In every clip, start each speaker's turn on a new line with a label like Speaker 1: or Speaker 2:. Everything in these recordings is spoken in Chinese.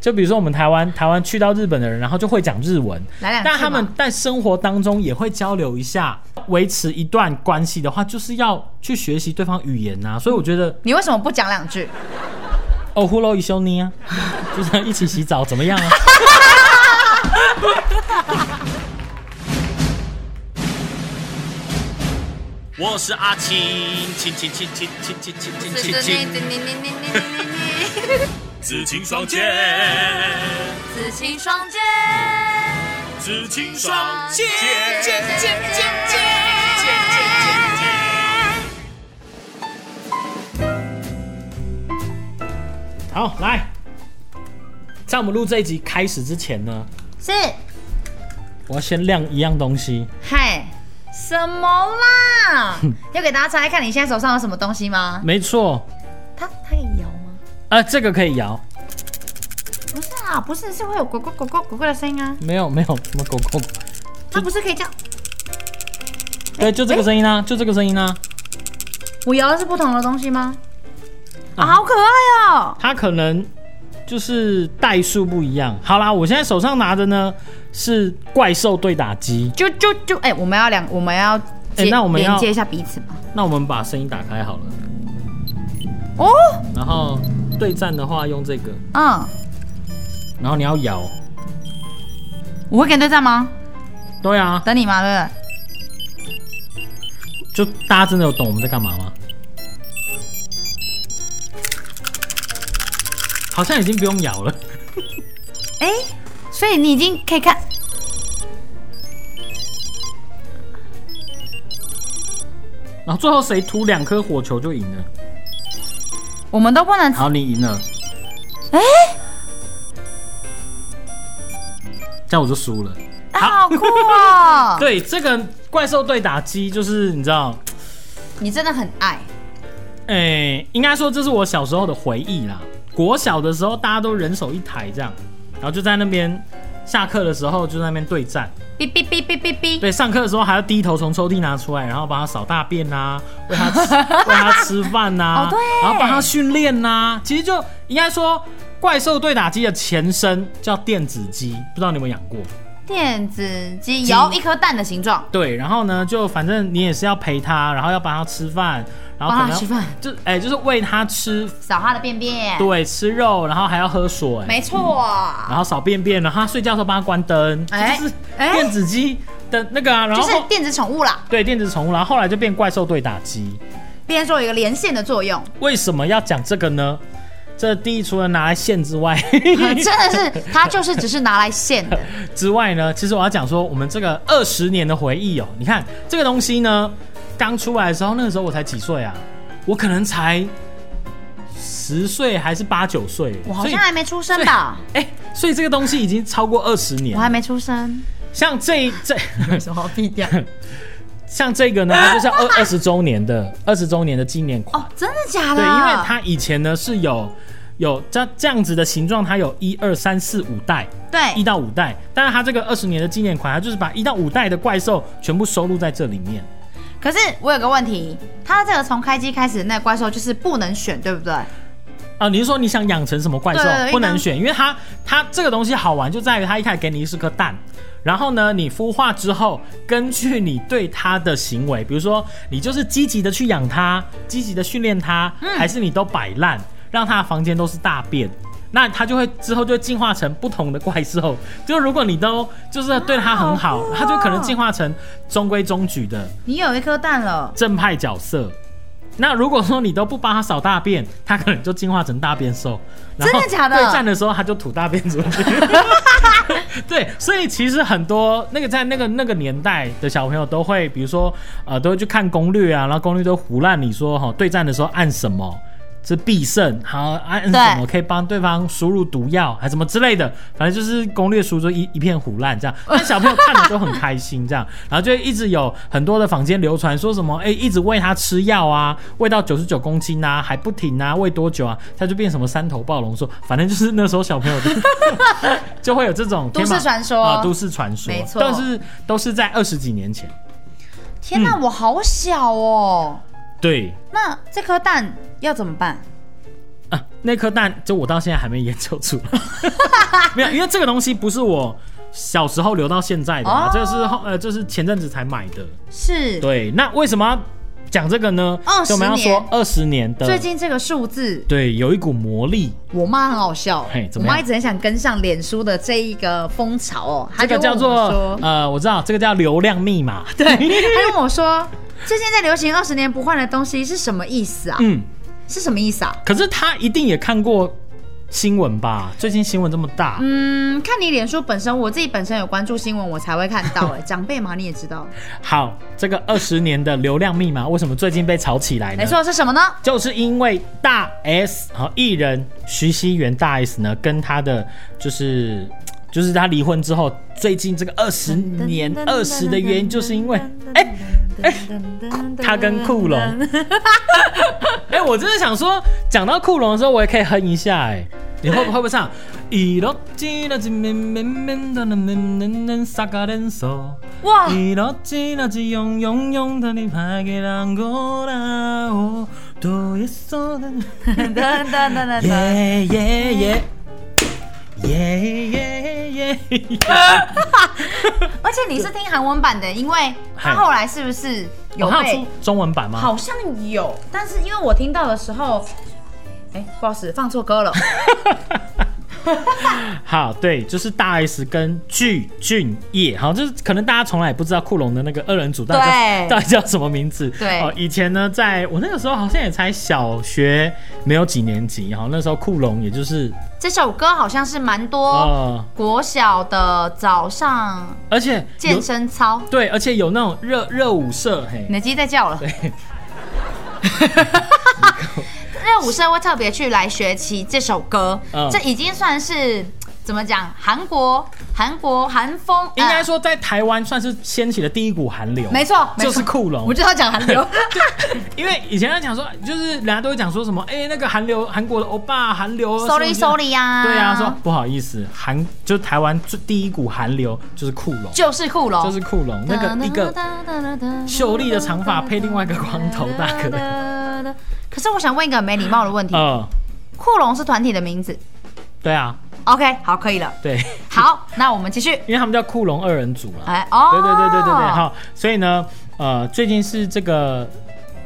Speaker 1: 就比如说我们台湾台湾去到日本的人，然后就会讲日文，
Speaker 2: 来两次嘛
Speaker 1: 但他们在生活当中也会交流一下，维持一段关系的话，就是要去学习对方语言呐、所以我觉得
Speaker 2: 你为什么不讲两句？
Speaker 1: 哦，呼噜一休尼啊，就是一起洗澡怎么样啊？我是阿青，青青青青青青青青青青，
Speaker 3: 紫青双剑，
Speaker 2: 紫青双剑，
Speaker 3: 紫青双剑。
Speaker 2: 剑剑剑剑。
Speaker 1: 好来。在我们录这一集开始之前呢，
Speaker 2: 是，
Speaker 1: 我要先亮一样东西。
Speaker 2: 嗨，什么 啦？要给大家猜猜看，你现在手上有什么东西吗？
Speaker 1: 没错，
Speaker 2: 它它可以摇吗？
Speaker 1: 啊，这个可以摇，
Speaker 2: 不是啊，不是，是会有咕咕咕咕咕咕的声音啊。
Speaker 1: 没有没有什么狗狗，
Speaker 2: 它不是可以这样？
Speaker 1: 对，就这个声音啊，就这个声音啊，
Speaker 2: 我摇的是不同的东西吗？啊，
Speaker 1: 啊
Speaker 2: 好可爱哦！
Speaker 1: 它可能就是代数不一样。好啦，我现在手上拿的呢是怪兽对打机，
Speaker 2: 就就就，哎、我们要两，我们要接、
Speaker 1: 哎那我们要
Speaker 2: 连接一下彼此吧。
Speaker 1: 那我们把声音打开好了，
Speaker 2: 哦，
Speaker 1: 然后对战的话用这个，
Speaker 2: 嗯，
Speaker 1: 然后你要摇，
Speaker 2: 我会跟你对战吗？
Speaker 1: 对啊，
Speaker 2: 等你吗？对不对？
Speaker 1: 就大家真的有懂我们在干嘛吗？好像已经不用摇了，
Speaker 2: 哎、所以你已经可以看，
Speaker 1: 然后最后谁吐两颗火球就赢了。
Speaker 2: 我们都不能。
Speaker 1: 好，你赢了。
Speaker 2: 哎、
Speaker 1: 这样我就输了。
Speaker 2: 啊好酷哦！
Speaker 1: 对，这个怪兽对打机就是你知道，
Speaker 2: 你真的很爱，
Speaker 1: 哎、应该说这是我小时候的回忆啦。国小的时候，大家都人手一台这样，然后就在那边下课的时候就在那边对战。
Speaker 2: 哔哔哔哔哔哔。
Speaker 1: 对，上课的时候还要低头从抽屉拿出来，然后帮他扫大便啊，喂他吃喂他吃饭呐、
Speaker 2: 哦对
Speaker 1: 然后帮他训练呐。其实就应该说，怪兽对打机的前身叫电子鸡，不知道你有没有养过？
Speaker 2: 电子机摇一颗蛋的形状，
Speaker 1: 对，然后呢，就反正你也是要陪他，然后要帮他吃饭，然后可
Speaker 2: 帮
Speaker 1: 能
Speaker 2: 他吃饭，
Speaker 1: 就哎、就是喂他吃，
Speaker 2: 扫它的便便。
Speaker 1: 对，吃肉，然后还要喝水，
Speaker 2: 没错。
Speaker 1: 然后扫便便，然后他睡觉的时候帮他关灯，
Speaker 2: 哎
Speaker 1: 就是
Speaker 2: 哎
Speaker 1: 电子鸡的那个啊，然
Speaker 2: 就
Speaker 1: 后
Speaker 2: 是
Speaker 1: 后
Speaker 2: 电子宠物啦，
Speaker 1: 对电子宠物，然后后来就变怪兽对打机。
Speaker 2: 变成说有一个连线的 作用，
Speaker 1: 为什么要讲这个呢？这第一除了拿来线之外，
Speaker 2: 真的是它就是只是拿来线的，
Speaker 1: 之外呢，其实我要讲说我们这个二十年的回忆哦。你看这个东西呢，刚出来的时候，那个时候我才几岁啊？我可能才十岁还是八九岁，
Speaker 2: 我 好
Speaker 1: 所以
Speaker 2: 像还没出生吧，
Speaker 1: 哎、所以这个东西已经超过二十年
Speaker 2: 我。还没出 生，
Speaker 1: 像这这
Speaker 2: 什么啊屁掉？
Speaker 1: 像这个呢，它就是二二十周年的二十周年的纪念款。
Speaker 2: 哦，真的假的？
Speaker 1: 对，因为它以前呢是有有这这样子的形状，它有一二三四五代。一
Speaker 2: 对
Speaker 1: 到五代，但是它这个二十年的纪念款，它就是把一到五代的怪兽全部收录在这里面。
Speaker 2: 可是我有个问题，它这个从开机开始那个怪兽就是不能选，对不对？
Speaker 1: 啊，你是说你想养成什么怪兽
Speaker 2: 对对对
Speaker 1: 不能选？因为它它这个东西好玩就在于它一开始给你是颗蛋，然后呢，你孵化之后，根据你对它的行为，比如说你就是积极的去养它，积极的训练它，还是你都摆烂，让它的房间都是大便。那它就会之后就会进化成不同的怪兽，就如果你都就是对它很好，它就可能进化成中规中矩的，
Speaker 2: 你有一颗蛋了，
Speaker 1: 正派角色。那如果说你都不帮他扫大便，他可能就进化成大便兽。然后
Speaker 2: 真的假的
Speaker 1: 对战的时候他就吐大便出去。 对，所以其实很多那个在那个那个年代的小朋友都会，比如说呃，都会去看攻略啊，然后攻略都胡乱你说哈、对战的时候按什么。是必胜，好按按什么可以帮对方输入毒药，还什么之类的，反正就是攻略书就一一片胡乱这样，但小朋友看了都很开心这样，然后就一直有很多的坊间流传说什么，哎、一直喂他吃药啊，喂到九十九公斤啊，还不停啊，喂多久啊，他就变什么三头暴龙说，反正就是那时候小朋友的就会有这种
Speaker 2: 都市
Speaker 1: 天马
Speaker 2: 传说
Speaker 1: 啊、都市传说，
Speaker 2: 没错
Speaker 1: 但是都是在二十几年前，
Speaker 2: 天
Speaker 1: 嗯
Speaker 2: 哪，我好小哦。
Speaker 1: 对
Speaker 2: 那这颗蛋要怎么办？
Speaker 1: 啊，那颗蛋，就我到现在还没研究出 来，没有，因为这个东西不是我小时候留到现在的、啊，
Speaker 2: 哦
Speaker 1: 这是后呃，这是前阵子才买的。
Speaker 2: 是
Speaker 1: 对，那为什么要讲这个呢？
Speaker 2: 20
Speaker 1: 就我们要说二十年的，
Speaker 2: 最近这个数字，
Speaker 1: 对，有一股魔力，
Speaker 2: 我妈很好笑
Speaker 1: 嘿，怎
Speaker 2: 我
Speaker 1: 么样
Speaker 2: 妈一直很想跟上脸书的这一个风潮哦，她
Speaker 1: 这
Speaker 2: 就
Speaker 1: 个
Speaker 2: 问
Speaker 1: 叫
Speaker 2: 我
Speaker 1: 做
Speaker 2: 说，
Speaker 1: 呃，我知道这个叫流量密码。
Speaker 2: 对，她就问我说，最近在流行二十年不换的东西是什么意思啊？
Speaker 1: 嗯，
Speaker 2: 是什么意思啊？
Speaker 1: 可是他一定也看过新闻吧？最近新闻这么大，
Speaker 2: 嗯，看你脸书本身，我自己本身有关注新闻，我才会看到、 哎，长辈嘛，你也知道，
Speaker 1: 哎好，这个二十年的流量密码为什么最近被炒起来呢？
Speaker 2: 没错，是什么呢？
Speaker 1: 就是因为大 S 和艺人徐熙媛大 S 呢，跟她的就是就是她离婚之后，最近这个二十年二十的原因，就是因为哎哎、她跟库龙，哎、我真的想说，讲到库龙的时候，我也可以哼一下哎、你会不会会不会 唱？一路记了记绵绵绵的绵绵绵撒个人手。
Speaker 2: 哇，
Speaker 1: 一路一路一涌涌涌的你拍给让过来哦，多耶稣的
Speaker 2: 噔噔噔噔噔，
Speaker 1: 耶耶耶耶耶耶，
Speaker 2: 而且你是听韩文版的，因为
Speaker 1: 嗨
Speaker 2: 他后来是不是有
Speaker 1: 哦它有
Speaker 2: 被
Speaker 1: 出？啊中文版吗？
Speaker 2: 好像有，但是因为我听到的时候，哎、不好意思，放错歌 了。
Speaker 1: 好，对，就是大 S 跟具俊晔，好，就是可能大家从来也不知道库龙的那个二人组到底叫
Speaker 2: 对
Speaker 1: 到底叫什么名字。
Speaker 2: 对
Speaker 1: 哦，以前呢，在我那个时候好像也才小学没有几年级，哈，那时候库龙也就是
Speaker 2: 这首歌好像是蛮多
Speaker 1: 哦，
Speaker 2: 国小的早上
Speaker 1: 而且有
Speaker 2: 健身操，
Speaker 1: 对，而且有那种热热舞社，嘿
Speaker 2: 你，的鸡在叫了。 热舞社会特别去来学习这首歌，
Speaker 1: 嗯
Speaker 2: 这已经算是怎么讲？韩国，韩国韩风，呃
Speaker 1: 应该、说在台湾算是掀起了第一股韩流，
Speaker 2: 没错，没
Speaker 1: 就
Speaker 2: 错
Speaker 1: 是酷龙
Speaker 2: 我。就要讲韩 流，
Speaker 1: 因为以前他讲说，就是人家都会讲说什么，哎、那个韩流韩国的欧巴，韩流什么
Speaker 2: sorry sorry 呀，
Speaker 1: 对啊，说不好意思，韩就台湾最第一股韩流就是酷龙，
Speaker 2: 就是嗯酷龙，
Speaker 1: 就是酷龙那个一个秀丽的长发配另外一个光头大
Speaker 2: 哥。可是我想问一个很没礼貌的问题：
Speaker 1: 呃，
Speaker 2: 库龙是团体的名字
Speaker 1: 对啊，
Speaker 2: ？OK，好，可以了。
Speaker 1: 对，
Speaker 2: 好，那我们继续。
Speaker 1: 因为他们叫酷龙二人组啦。
Speaker 2: 哎，哦，
Speaker 1: 对对对对对对，，好，所以呢，呃，最近是这个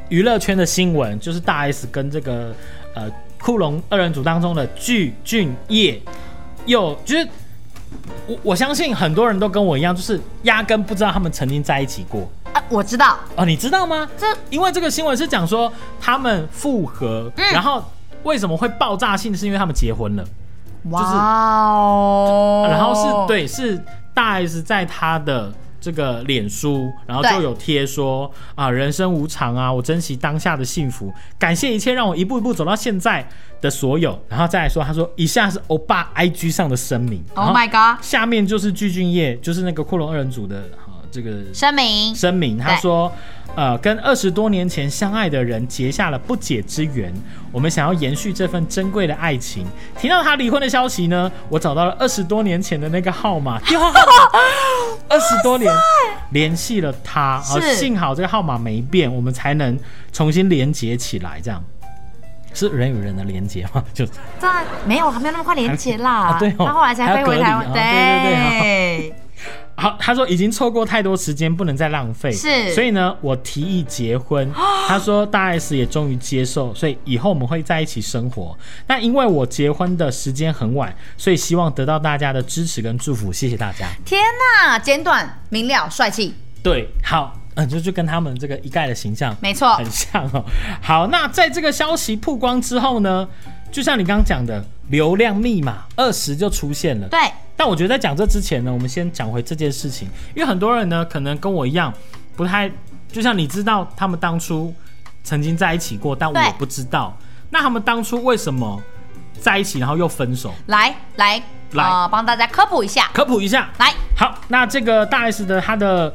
Speaker 1: 娱乐圈的新闻，就是大 S 跟这个呃库龙二人组当中的具俊晔，又就是我我相信很多人都跟我一样，就是压根不知道他们曾经在一起过
Speaker 2: 啊我知道，
Speaker 1: 哦，你知道吗？
Speaker 2: 这
Speaker 1: 因为这个新闻是讲说他们复合，
Speaker 2: 嗯
Speaker 1: 然后为什么会爆炸性，是因为他们结婚了。
Speaker 2: 哇哦，
Speaker 1: 然后是，对，是大 S 在她的这个脸书，然后
Speaker 2: 对
Speaker 1: 就有贴说啊，人生无常啊，我珍惜当下的幸福，感谢一切让我一步一步走到现在的所有。然后再来说，他说以下是欧巴 IG 上的声明然
Speaker 2: Oh
Speaker 1: 后
Speaker 2: my god，
Speaker 1: 下面就是具俊晔，就是那个库龙二人组的啊这个
Speaker 2: 声明，
Speaker 1: 声明，他
Speaker 2: 对
Speaker 1: 说。呃，跟二十多年前相爱的人结下了不解之缘，我们想要延续这份珍贵的爱情。听到他离婚的消息呢，我找到了二十多年前的那个号 码，电话号码，二十多年联系了他，
Speaker 2: 是
Speaker 1: 哦幸好这个号码没变，我们才能重新连接起来。这样是人与人的连接吗？ 就
Speaker 2: 在没有，还没有那么快连接啦
Speaker 1: 啊。对哦
Speaker 2: 他后来才
Speaker 1: 还
Speaker 2: 飞
Speaker 1: 要
Speaker 2: 回台湾，
Speaker 1: 隔离啊
Speaker 2: 对，哦
Speaker 1: 好，他说已经错过太多时间，不能再浪费。
Speaker 2: 是
Speaker 1: 所以呢，我提议结 婚。他说大 S 也终于接受，所以以后我们会在一起生活。那因为我结婚的时间很晚，所以希望得到大家的支持跟祝福，谢谢大家。
Speaker 2: 天哪，简短明了，帅气，
Speaker 1: 对，好，嗯，就就跟他们这个一概的形象
Speaker 2: 没错
Speaker 1: 很，像哦。好，那在这个消息曝光之后呢，就像你刚刚讲的，流量密码二十就出现了。
Speaker 2: 对，
Speaker 1: 但我觉得在讲这之前呢，我们先讲回这件事情，因为很多人呢可能跟我一样，不太就像你知道他们当初曾经在一起过，但我
Speaker 2: 对
Speaker 1: 也不知道。那他们当初为什么在一起，然后又分手？
Speaker 2: 来来
Speaker 1: 来
Speaker 2: 呃，帮大家科普一下，
Speaker 1: 科普一下。
Speaker 2: 来，
Speaker 1: 好，那这个大 S 的她的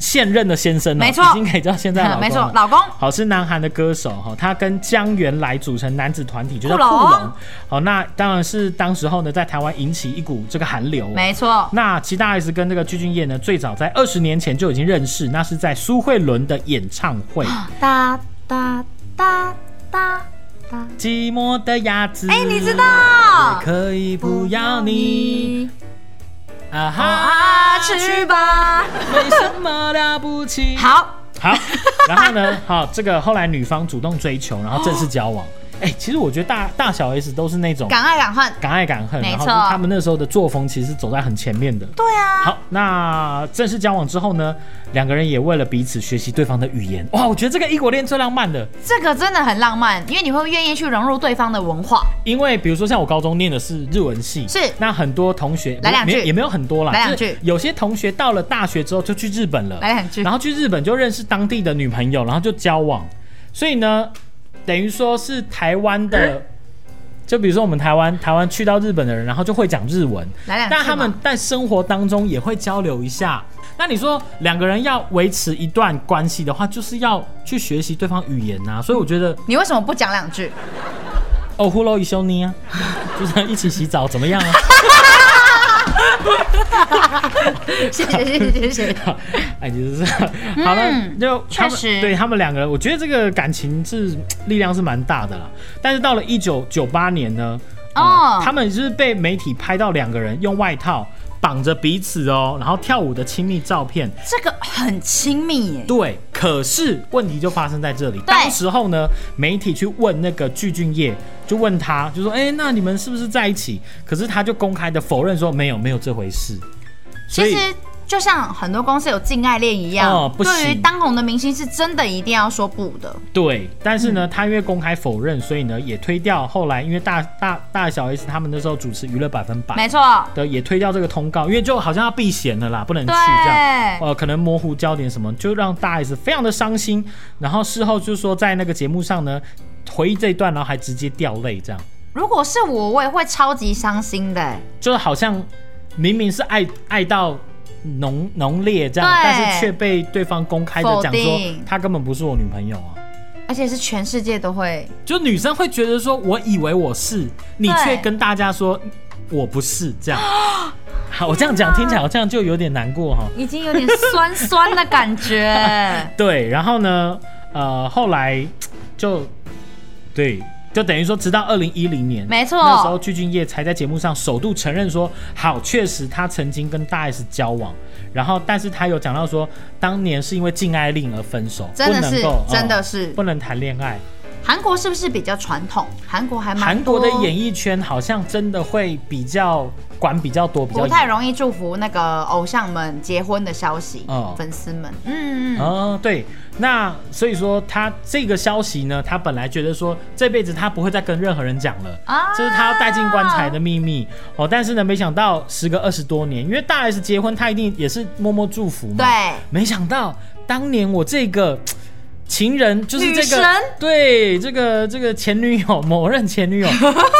Speaker 1: 现任的先生、哦，
Speaker 2: 没错
Speaker 1: 已经可以叫现在老公了
Speaker 2: 没错，老公
Speaker 1: 好，是南韩的歌手哈，他跟江原来组成男子团体，就叫
Speaker 2: 酷龙哦
Speaker 1: 酷龙。好，那当然是当时候呢，在台湾引起一股这个韩流、哦。
Speaker 2: 没错，
Speaker 1: 那其实大 S 跟这个具俊晔呢，最早在二十年前就已经认识，那是在苏慧伦的演唱会。
Speaker 2: 哒哒哒哒
Speaker 1: 寂寞的鸭子。
Speaker 2: 哎，你知道？
Speaker 1: 可以不要你啊哈，
Speaker 2: 啊，去吧。
Speaker 1: 没什么了不起。
Speaker 2: 好，
Speaker 1: 好，然后呢？好，这个后来女方主动追求，然后正式交 往。哎、其实我觉得大大小 S 都是那种
Speaker 2: 敢爱敢恨。
Speaker 1: 敢爱敢恨，
Speaker 2: 没
Speaker 1: 然后
Speaker 2: 错
Speaker 1: 就是他们那时候的作风其实是走在很前面的。
Speaker 2: 对啊，
Speaker 1: 好，那正式交往之后呢，两个人也为了彼此学习对方的语言。哇，我觉得这个异国恋最浪漫的，
Speaker 2: 这个真的很浪漫，因为你会愿意去融入对方的文化。
Speaker 1: 因为比如说像我高中念的是日文系，
Speaker 2: 是
Speaker 1: 那很多同学
Speaker 2: 来两句
Speaker 1: 没有也没有很多啦，
Speaker 2: 来两
Speaker 1: 就是
Speaker 2: 句
Speaker 1: 有些同学到了大学之后就去日本了，
Speaker 2: 来两句
Speaker 1: 然后去日本就认识当地的女朋友，然后就交往，所以呢，等于说是台湾的。 就比如说我们台湾台湾去到日本的人，然后就会讲日文，
Speaker 2: 来两句
Speaker 1: 但他们
Speaker 2: 嘛
Speaker 1: 在生活当中也会交流一下。那你说两个人要维持一段关系的话，就是要去学习对方语言呐、所以我觉得
Speaker 2: 你为什么不讲两句？
Speaker 1: 哦，呼噜一休尼啊，就是一起洗澡怎么样啊？
Speaker 2: 谢谢谢谢谢谢。
Speaker 1: 哎，就是好了，就他们
Speaker 2: 嗯确实
Speaker 1: 对他们两个人，我觉得这个感情是力量是蛮大的啦。但是到了一九九八年呢，呃
Speaker 2: 哦
Speaker 1: 他们就是被媒体拍到两个人用外套绑着彼此哦，然后跳舞的亲密照片。
Speaker 2: 这个很亲密耶，
Speaker 1: 对，可是问题就发生在这里。当时候呢，媒体去问那个具俊晔，就问他，就说：“哎、那你们是不是在一起？”可是他就公开的否认说：“没有，没有这回事。”所
Speaker 2: 其
Speaker 1: 以
Speaker 2: 实就像很多公司有禁爱恋一样，
Speaker 1: 哦不行啊
Speaker 2: 对于当红的明星是真的一定要说不的。
Speaker 1: 对，但是
Speaker 2: 嗯
Speaker 1: 呢，他因为公开否认，所以呢也推掉。后来因为大大大小 S 他们那时候主持娱乐百分百
Speaker 2: 没错，
Speaker 1: 的，也推掉这个通告，因为就好像要避嫌了啦，不能去
Speaker 2: 对
Speaker 1: 这样。呃，可能模糊焦点什么，就让大 S 非常的伤心。然后事后就说在那个节目上呢，回忆这一段，然后还直接掉泪，这样
Speaker 2: 如果是我，我也会超级伤心的耶。
Speaker 1: 就是好像明明是爱爱到。浓浓烈这样，
Speaker 2: 对
Speaker 1: 但是却被对方公开的
Speaker 2: 否
Speaker 1: 讲说
Speaker 2: 定
Speaker 1: 她根本不是我女朋友啊。
Speaker 2: 而且是全世界都会，
Speaker 1: 就女生会觉得说，我以为我是，你却跟大家说我不是 这样。好，我这样讲听起来好像就有点难过哈。。
Speaker 2: 已经有点酸酸的感觉
Speaker 1: 对，然后呢，呃，后来就对，就等于说，直到二零一零年，
Speaker 2: 没错
Speaker 1: 那时候具俊晔才在节目上首度承认说，好，确实他曾经跟大 S 交往，然后但是他有讲到说，当年是因为禁爱令而分手，
Speaker 2: 真的
Speaker 1: 不能
Speaker 2: 是
Speaker 1: 够，
Speaker 2: 真的
Speaker 1: 哦
Speaker 2: 是。
Speaker 1: 不能谈恋爱。
Speaker 2: 韩国是不是比较传统？韩国还蛮
Speaker 1: 韩国的
Speaker 2: 多
Speaker 1: 演艺圈好像真的会比较管比较多，比较
Speaker 2: 不太
Speaker 1: 严
Speaker 2: 容易祝福那个偶像们结婚的消息，
Speaker 1: 哦
Speaker 2: 粉丝们，嗯，嗯
Speaker 1: 哦，对，那所以说他这个消息呢，他本来觉得说这辈子他不会再跟任何人讲了，
Speaker 2: 啊
Speaker 1: 这是他要带进棺材的秘密哦。但是呢，没想到时隔二十多年，因为大 S 结婚，他一定也是默默祝福嘛。
Speaker 2: 对，
Speaker 1: 没想到当年我这个情人，就是这
Speaker 2: 女神
Speaker 1: 个对这个这个前女友， 某任前 女友，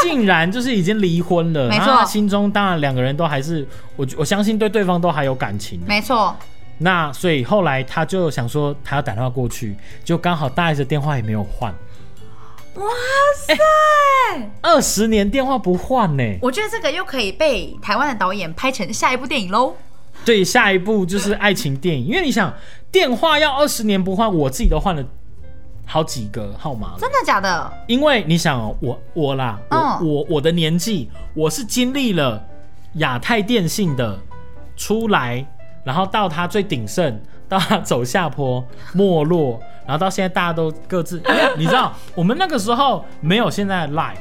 Speaker 1: 竟然就是已经离婚了。
Speaker 2: 没错
Speaker 1: 然后他心中当然两个人都还是我我相信对对方都还有感情。
Speaker 2: 没错，
Speaker 1: 那所以后来他就想说，他要打电话过去，就刚好大 S 的电话也没有换。哎
Speaker 2: 哇塞！
Speaker 1: 二十年电话不换呢、
Speaker 2: 我觉得这个又可以被台湾的导演拍成下一部电影喽。
Speaker 1: 对，下一步就是爱情电影，因为你想电话要二十年不换，我自己都换了好几个号码了。
Speaker 2: 真的假的？
Speaker 1: 因为你想哦，我我啦，我、
Speaker 2: 嗯
Speaker 1: 我我的年纪，我是经历了亚太电信的出来，然后到它最鼎盛，到它走下坡没落，然后到现在大家都各自，因为你知道，我们那个时候没有现在的 Line，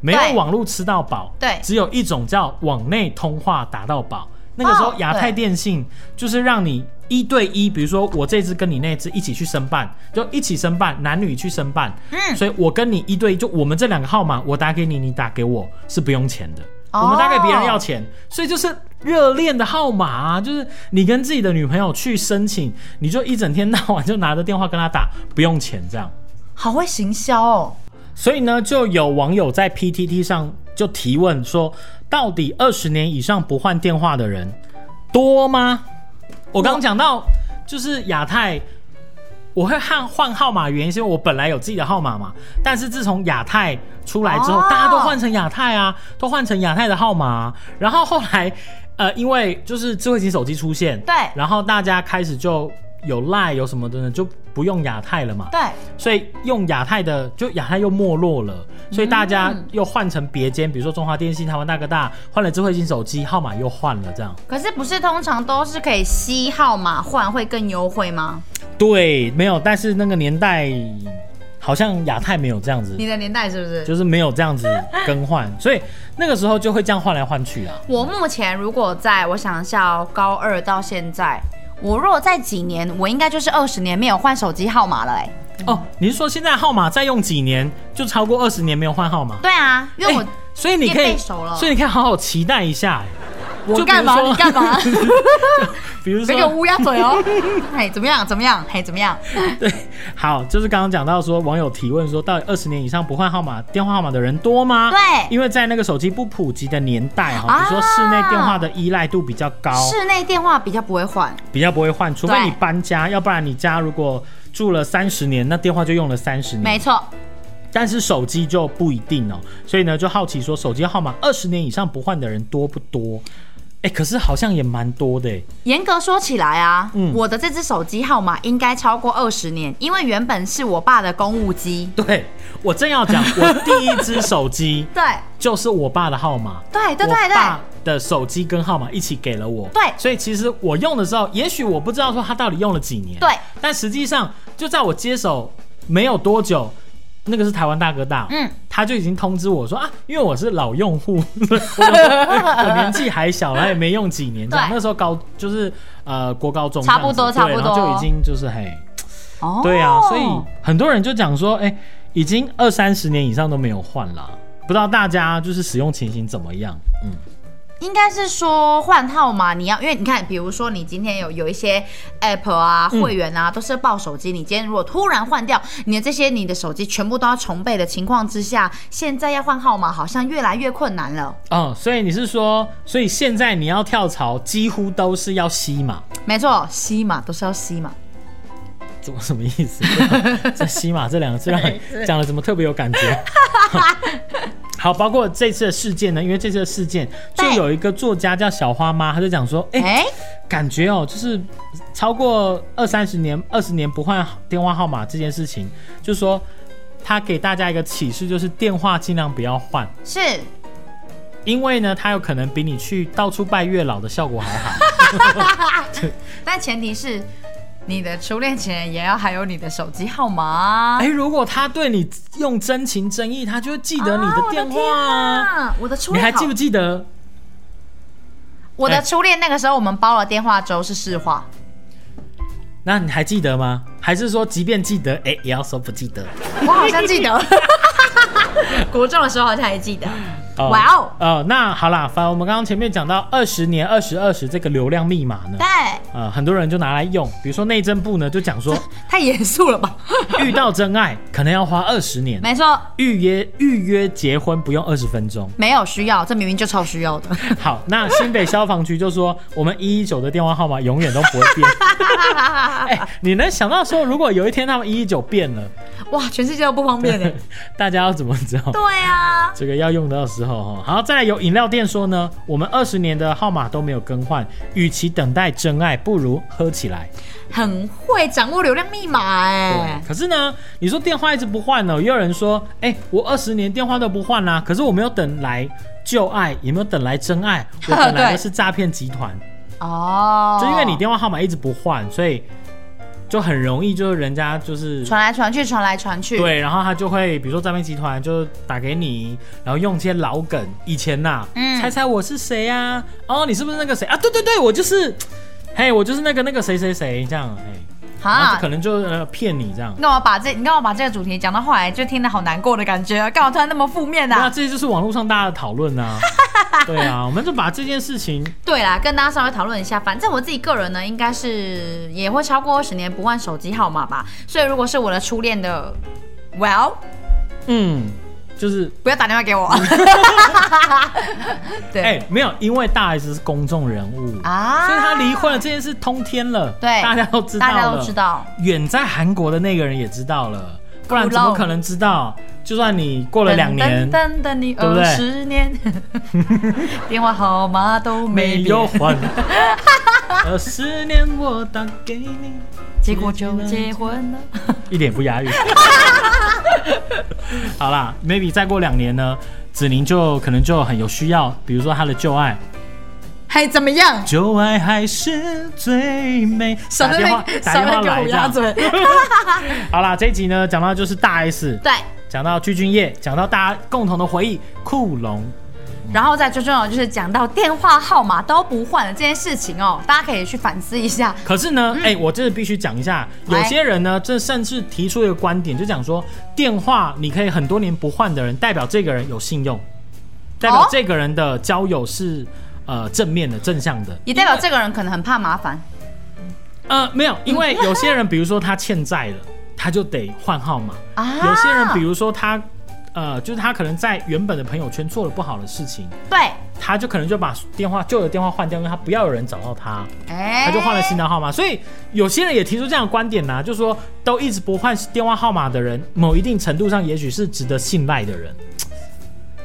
Speaker 1: 没有
Speaker 2: 对
Speaker 1: 网络吃到饱，
Speaker 2: 对
Speaker 1: 只有一种叫网内通话打到饱。那个时候
Speaker 2: 哦
Speaker 1: 亚太
Speaker 2: 对
Speaker 1: 电信就是让你一对一，比如说我这只跟你那只一起去申办，就一起申办，男女去申办。
Speaker 2: 嗯
Speaker 1: 所以我跟你一对一，就我们这两个号码，我打给你，你打给我是不用钱的。
Speaker 2: 哦
Speaker 1: 我们打给别人要钱，所以就是热恋的号码啊，就是你跟自己的女朋友去申请，你就一整天到晚就拿着电话跟她打，不用钱这样。
Speaker 2: 好会行销哦，
Speaker 1: 所以呢，就有网友在 PTT 上就提问说，到底二十年以上不换电话的人多吗？我刚刚讲到，就是亚太，我会换换号码，原因是因为我本来有自己的号码嘛，但是自从亚太出来之后，
Speaker 2: 哦
Speaker 1: 大家都换成亚太啊，都换成亚太的号码啊、然后后来，呃，因为就是智慧型手机出现，
Speaker 2: 对
Speaker 1: 然后大家开始就。有赖有什么的呢，就不用亚太了嘛。
Speaker 2: 对，
Speaker 1: 所以用亚太的，就亚太又没落了，
Speaker 2: 嗯
Speaker 1: 所以大家又换成别间，比如说中华电信、台湾大哥大，换了智慧型手机号码又换了这样。
Speaker 2: 可是不是通常都是可以吸号码换会更优惠吗？
Speaker 1: 对，没有，但是那个年代好像亚太没有这样子，
Speaker 2: 你的年代是不是？
Speaker 1: 就是没有这样子更换，所以那个时候就会这样换来换去啊。
Speaker 2: 我目前如果在我想一下哦，高二到现在，我如果在几年，我应该就是二十年没有换手机号码了哎、
Speaker 1: 哦，你是说现在号码再用几年就超过二十年没有换号码？
Speaker 2: 对啊，因为我、
Speaker 1: 哎所以你可
Speaker 2: 变
Speaker 1: 以，
Speaker 2: 背熟了
Speaker 1: 所以你可以好好期待一下、哎
Speaker 2: 我
Speaker 1: 就比如
Speaker 2: 干嘛？
Speaker 1: 说
Speaker 2: 你干 嘛？
Speaker 1: 比如
Speaker 2: 别给我
Speaker 1: 说，
Speaker 2: 乌鸦嘴 哦！哎，怎么样？怎么样？嘿，怎么样？
Speaker 1: 对，好，就是刚刚讲到说，网友提问说，到底二十年以上不换号码、电话号码的人多吗？
Speaker 2: 对
Speaker 1: 因为在那个手机不普及的年代哈，
Speaker 2: 啊
Speaker 1: 比如说室内电话的依赖度比较高，
Speaker 2: 室内电话比较不会换，
Speaker 1: 比较不会换，除非
Speaker 2: 对
Speaker 1: 你搬家，要不然你家如果住了三十年，那电话就用了三十
Speaker 2: 没
Speaker 1: 年，
Speaker 2: 错。
Speaker 1: 但是手机就不一定哦。所以呢，就好奇说，手机号码二十年以上不换的人多不多？哎，可是好像也蛮多的哎。
Speaker 2: 严格说起来啊，
Speaker 1: 嗯
Speaker 2: 我的这只手机号码应该超过二十年，因为原本是我爸的公务机。
Speaker 1: 对我正要讲，我第一只手机
Speaker 2: 对
Speaker 1: 就是我爸的号码。
Speaker 2: 对对对
Speaker 1: 我
Speaker 2: 对
Speaker 1: 爸的手机跟号码一起给了我。
Speaker 2: 对
Speaker 1: 所以其实我用的时候，也许我不知道说他到底用了几年。
Speaker 2: 对，
Speaker 1: 但实际上就在我接手没有多久。那个是台湾大哥大，
Speaker 2: 嗯，
Speaker 1: 他就已经通知我说啊，因为我是老用 户，所以我我年纪还小，然后也没用几年，这样
Speaker 2: 对
Speaker 1: 那时候高就是呃国高中
Speaker 2: 差不多
Speaker 1: 这样子
Speaker 2: 差不
Speaker 1: 对然后
Speaker 2: 多
Speaker 1: 就已经就是嘿，
Speaker 2: 哦
Speaker 1: 对啊，所以很多人就讲说，哎、已经二三十年以上都没有换啦，不知道大家就是使用情形怎么样？嗯，
Speaker 2: 应该是说换号码，你要因为你看，比如说你今天有有一些 app 啊、
Speaker 1: 嗯
Speaker 2: 会员啊，都是报手机。你今天如果突然换掉你的这些，你的手机全部都要重备的情况之下，现在要换号码好像越来越困难了。
Speaker 1: 哦，所以你是说，所以现在你要跳槽，几乎都是要吸嘛？
Speaker 2: 没错，吸码都是要吸码。
Speaker 1: 怎么什么意思？ 这吸嘛这两个字让你讲的怎么特别有感觉？ 好，包括这次的事件呢，因为这次的事件就
Speaker 2: 对
Speaker 1: 有一个作家叫小花妈，她就讲说，哎、
Speaker 2: 哎、
Speaker 1: 感觉哦，就是超过二三十年、二十年不换电话号码这件事情，就说他给大家一个启示，就是电话尽量不要换，
Speaker 2: 是
Speaker 1: 因为呢，它有可能比你去到处拜月老的效果还好。
Speaker 2: 但前提是你的初恋情人也要还有你的手机号码。
Speaker 1: 哎，如果他对你用真情真意，他就会记得你的电话啊。
Speaker 2: 啊我的初
Speaker 1: 你还
Speaker 2: 恋好，
Speaker 1: 记不记得？
Speaker 2: 我的初恋那个时候我们包了电话粥是 市话，
Speaker 1: 那你还记得吗？还是说，即便记得，哎，也要说不记得？
Speaker 2: 我好像记得， 国中的时候好像还记得。
Speaker 1: 哦
Speaker 2: 哇哦！
Speaker 1: 哦，那好啦，反正我们刚刚前面讲到二十年、二十二十这个流量密码呢，
Speaker 2: 对，
Speaker 1: 呃，很多人就拿来用，比如说内政部呢就讲 说，
Speaker 2: 太严肃了吧？
Speaker 1: 遇到真爱可能要花二十年，
Speaker 2: 没错，
Speaker 1: 预约预约结婚不用二十分钟。
Speaker 2: 没有需要，这明明就超需 要的。
Speaker 1: 好，那新北消防局就说，我们一一九的电话号码永远都不会变。哎、你能想到说，如果有一天他们一一九变了，
Speaker 2: 哇，全世界都不方便 呢。
Speaker 1: 欸大家要怎么知道？
Speaker 2: 对啊，
Speaker 1: 这个要用到的时候哈。好，再来有饮料店说呢，我们二十年的号码都没有更换，与其等待真爱，不如喝起来。
Speaker 2: 很会掌握流量密码哎、
Speaker 1: 可是呢，你说电话一直不换呢、也有人说，哎、我二十年电话都不换啦、可是我没有等来旧爱，也没有等来真爱，我等来的是诈骗集团，
Speaker 2: 哦，
Speaker 1: 就因为你电话号码一直不换，所以就很容易就是人家就是。
Speaker 2: 传来传去，传来传去，，
Speaker 1: 对，然后他就会，比如说诈骗集团就打给你，然后用一些老梗，以前呐、
Speaker 2: 嗯
Speaker 1: 猜猜我是谁呀、哦，你是不是那个谁啊？对对对，我就是，嘿，我就是那个那个谁谁谁这样，嘿，然后
Speaker 2: 啊
Speaker 1: 就可。能就呃骗你这样
Speaker 2: 你。干嘛把这？你干嘛把这个主题讲到后来就听得好难过的感觉啊？干嘛突然那么负面
Speaker 1: 那
Speaker 2: 啊？
Speaker 1: 这就是网络上大家的讨论 啊。对啊，我们就把这件事情，
Speaker 2: 对啦，跟大家稍微讨论一下。反正我自己个人呢，应该是也会超过二十年不换手机号码吧。所以如果是我的初恋的，Well，
Speaker 1: 嗯，就是
Speaker 2: 不要打电话给我。 对、
Speaker 1: 哎、没有，因为大 S 是公众人物
Speaker 2: 啊，
Speaker 1: 所以他离婚了这件事通天了，
Speaker 2: 对
Speaker 1: 大家都知道
Speaker 2: 大
Speaker 1: 了，
Speaker 2: 家都知，道，
Speaker 1: 远在韩国的那个人也知道了，不然怎么可能知道？就算你过
Speaker 2: 过
Speaker 1: 了两年
Speaker 2: 等等你
Speaker 1: 对不
Speaker 2: 二
Speaker 1: 对
Speaker 2: 十年，电话号码都没
Speaker 1: 没
Speaker 2: 变
Speaker 1: 有。换，二十年我打给你，
Speaker 2: 结果就结 婚了。
Speaker 1: 一点不押 韵。好啦，maybe 再过两年呢，子宁就可能就很有需要，比如说他的旧爱，
Speaker 2: 还怎么样？
Speaker 1: 旧爱还是最美。
Speaker 2: 少
Speaker 1: 打
Speaker 2: 在
Speaker 1: 电
Speaker 2: 那
Speaker 1: 话
Speaker 2: 个，
Speaker 1: 打
Speaker 2: 少
Speaker 1: 电
Speaker 2: 在
Speaker 1: 话
Speaker 2: 那个
Speaker 1: 来
Speaker 2: 乌
Speaker 1: 这
Speaker 2: 鸦
Speaker 1: 样。
Speaker 2: 嘴。
Speaker 1: 好啦，这一集呢讲到就是大 S，
Speaker 2: 对，
Speaker 1: 讲到鞠婧祎，讲到大家共同的回忆库龙。
Speaker 2: 然后再最重要的就是讲到电话号码都不换的这件事情哦，大家可以去反思一下。
Speaker 1: 可是呢，哎、我真的必须讲一下，有
Speaker 2: 嗯来
Speaker 1: 些人呢，这甚至提出一个观点，就讲说电话你可以很多年不换的人，代表这个人有信用，代表
Speaker 2: 哦
Speaker 1: 这个人的交友是呃正面的、正向的。
Speaker 2: 也代表这个人可能很怕麻烦，嗯
Speaker 1: 呃，没有，因为有些人，比如说他欠债了，他就得换号码；
Speaker 2: 啊
Speaker 1: 有些人，比如说他，呃，就是他可能在原本的朋友圈做了不好的事情，
Speaker 2: 对，
Speaker 1: 他就可能就把电话旧的电话换掉，因为他不要有人找到他。
Speaker 2: 哎，
Speaker 1: 他就换了新的号码。所以有些人也提出这样的观点呐、就说都一直不换电话号码的人，某一定程度上也许是值得信赖的人。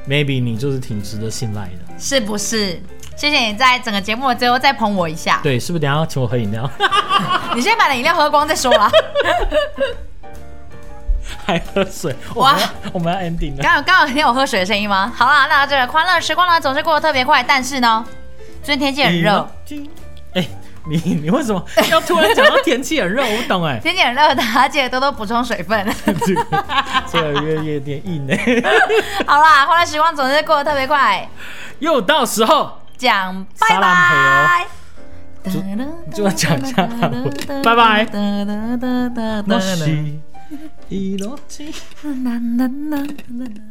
Speaker 1: Maybe 你就是挺值得信赖的，
Speaker 2: 是不是？谢谢你在整个节目的最后再捧我一下，
Speaker 1: 对，是不是？等一下要请我喝饮料，
Speaker 2: 你先把你的饮料喝光再说 啦。
Speaker 1: 还喝水？
Speaker 2: 哇
Speaker 1: 哇，我们要 ending 了。
Speaker 2: 刚有刚好听我喝水的声音吗？好啦，那这个快乐时光呢总是过得特别快，但是呢，最近天气很热，
Speaker 1: 你呢。哎、你你为什么要突然讲到天气很热？我不懂哎、
Speaker 2: 天气很热，大家记得多多补充 水分。
Speaker 1: 这个这个月有点硬哎、
Speaker 2: 好啦，快乐时光总是过得特别快，
Speaker 1: 又到时候，
Speaker 2: 讲
Speaker 1: 撒
Speaker 2: 拜
Speaker 1: 浪嘿哦
Speaker 2: 拜。
Speaker 1: 就要讲一下韩文拜拜
Speaker 2: 拜
Speaker 1: 莫西伊洛奇。
Speaker 2: 拜。